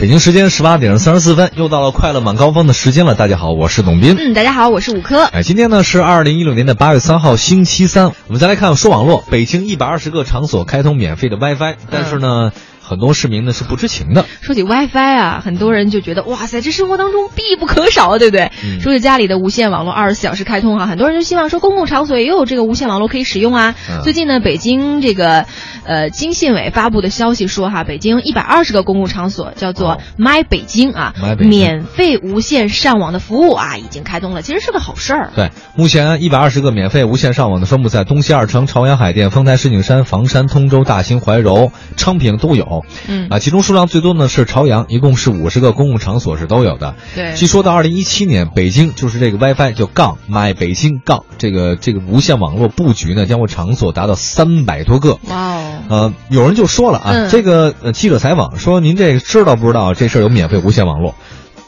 北京时间十八点三十四分，又到了快乐晚高峰的时间了。大家好，我是董斌。嗯，大家好，我是五科。哎，今天呢是二零一六年的八月三号，星期三。我们再来看说网络，北京一百二十个场所开通免费的 WiFi，但是呢，很多市民呢是不知情的。说起 WiFi 啊，很多人就觉得哇塞，这生活当中必不可少啊，对不对？嗯说起家里的无线网络二十四小时开通啊，很多人就希望说公共场所也有这个无线网络可以使用啊。嗯最近呢，北京这个呃经信委发布的消息说哈，北京一百二十个公共场所叫哦做 My 北京啊， My 北京免费无线上网的服务啊已经开通了，其实是个好事儿。对，目前一百二十个免费无线上网的分布在东西二城、朝阳海淀、丰台石景山、房山、通州、大兴、怀柔、昌平都有。嗯，啊，其中数量最多呢是朝阳，一共是五十个公共场所是都有的。对。据说到二零一七年，北京就是这个 WiFi 就杠 My 北京杠这个这个无线网络布局呢，将会场所达到三百多个。哇哦。呃，有人就说了啊，嗯这个呃记者采访说，您这个知道不知道这事儿有免费无线网络？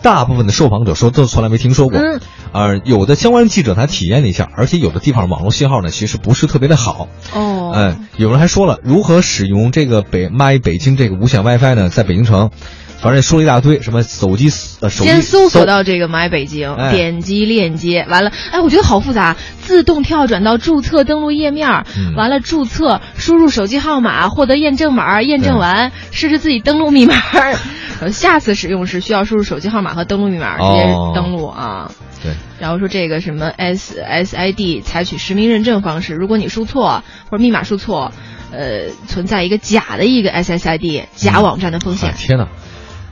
大部分的受访者说都从来没听说过，嗯，呃，有的相关记者他体验了一下，而且有的地方网络信号呢其实不是特别的好，哦，哎，有人还说了如何使用这个北 My 北京这个无线 WiFi 呢，在北京城，反正说了一大堆，什么手机呃手机先搜索到这个 My 北京，哎点击链接，完了，哎，我觉得好复杂，自动跳转到注册登录页面儿，嗯完了注册，输入手机号码，获得验证码，验证完设置自己登录密码 儿，呃下次使用时需要输入手机号码和登录密码儿直接哦登录啊。 对，然后说这个什么 S S I D 采取实名认证方式，如果你输错或者密码输错，呃，存在一个假的一个 S S I D 假网站的风险啊、。天哪，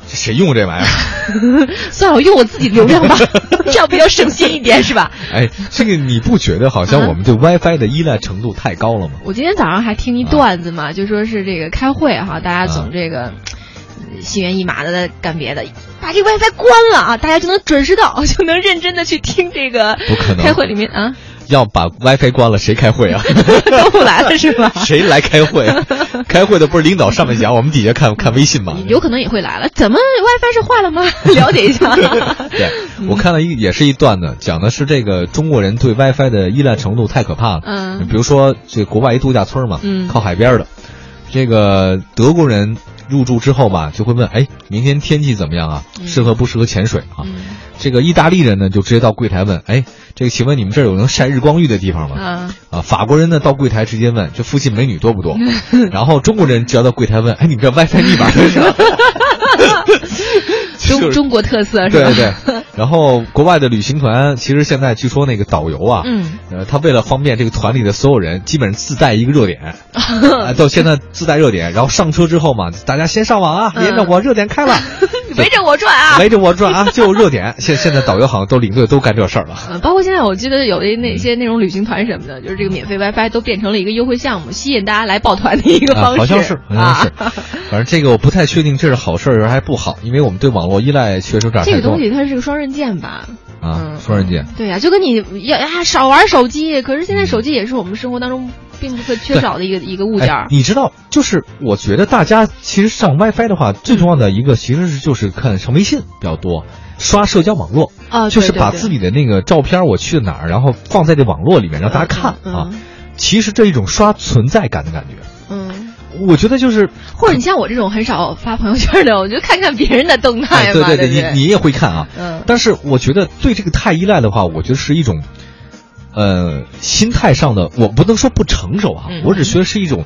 这谁用这 玩意儿？算了，我用我自己的流量吧， 这样比较省心一点，是吧？哎，这个你不觉得好像我们对 WiFi 的依赖程度太高了吗？ 我今天早上还听一段子嘛，就说是这个开会哈，大家嗯总这个。呃心猿意马的在干别的，把这 WiFi 关了啊，大家就能准时到， 就能认真的去听这个不可能开会里面 啊，要把 WiFi 关了，谁开会 啊？都不来了是吧？谁来开会啊？开会的不是领导上面讲，我们底下看看微信吗？有可能也会来了，怎么 WiFi 是坏了吗？ 了解一 下。对，我看了一也是一段呢，讲的是这个中国人对 WiFi 的依赖程度太可怕了。嗯比如说这国外一度假村嘛，嗯靠海边的，这个德国人入住之后吧，就会问，哎，明天天气怎么样啊？嗯适合不适合潜水啊？嗯这个意大利人呢，就直接到柜台问，哎，这个请问你们这儿有能晒日光浴的地方吗？啊，啊，法国人呢到柜台直接问这附近美女多不 多，然后中国人只要到柜台问，哎，你们这 WiFi 密码是啥？中就是 中国特色是吧？对对对，然后国外的旅行团其实现在据说那个导游啊，嗯，呃，他为了方便这个团里的所有人，基本上自带一个热 点，啊，到现在自带热点，然后上车之后嘛，大家先上网啊，嗯沿着我热点开了， 围着我转啊！ 围着我转啊，就有热点。现现在导游好像都领队都干这事儿了，嗯，包括现在我记得有的那些那种旅行团什么的，就是这个免费 WiFi 都变成了一个优惠项目，吸引大家来报团的一个方啊，式。好像是，好像是啊，反正这个我不太确定，这是好事儿还是不好，因为我们对网络依赖确实有点这太个多东西它是个双刃剑吧？啊。嗯双刃剑，对呀、就跟你要啊少玩手机，可是现在手机也是我们生活当中并不可缺少的一个一个物件哎儿，。你知道，就是我觉得大家其实上 WiFi 的话，最重要的一个其实是就是看上微信比较多，刷社交网络，啊，就是对对把对自己的那个照片，我去了哪儿，然后放在这网络里面让大家看嗯啊嗯。其实这一种刷存在感的感觉，嗯，我觉得就是，或者你像我这种很少发朋友圈的，我就看看别人的动态哎，嘛，对对对，不你你也会看啊。嗯但是我觉得对这个太依赖的话，我觉得是一种，呃，心态上的，我不能说不成熟啊，嗯我只觉得是一种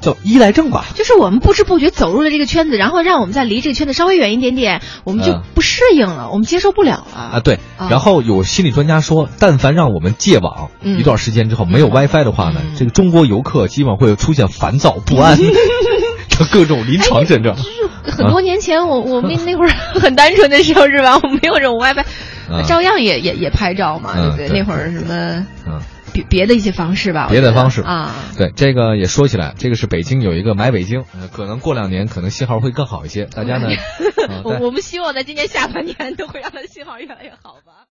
叫依赖症吧。就是我们不知不觉走入了这个圈子，然后让我们再离这个圈子稍微远一点点，我们就嗯不适应了，我们接受不了了啊，对，啊然后有心理专家说，但凡让我们戒网嗯一段时间之后，没有 WiFi 的话呢，嗯这个中国游客基本会出现烦躁不 安 的各种临床症哎状。就是很多年 前我，我们那会儿很单纯的时候是吧？ 我们没有这种 WiFi，、嗯照样也也也拍照嘛，嗯对不对那会儿什么嗯，别别的一些方式吧，我别的觉得方式啊。对，这个也说起来，这个是北京有一个买北京，呃可能过两年可能信号会 更好一些，大家呢，呃我在我们希望在今年下半年都会让它信号越来越好吧。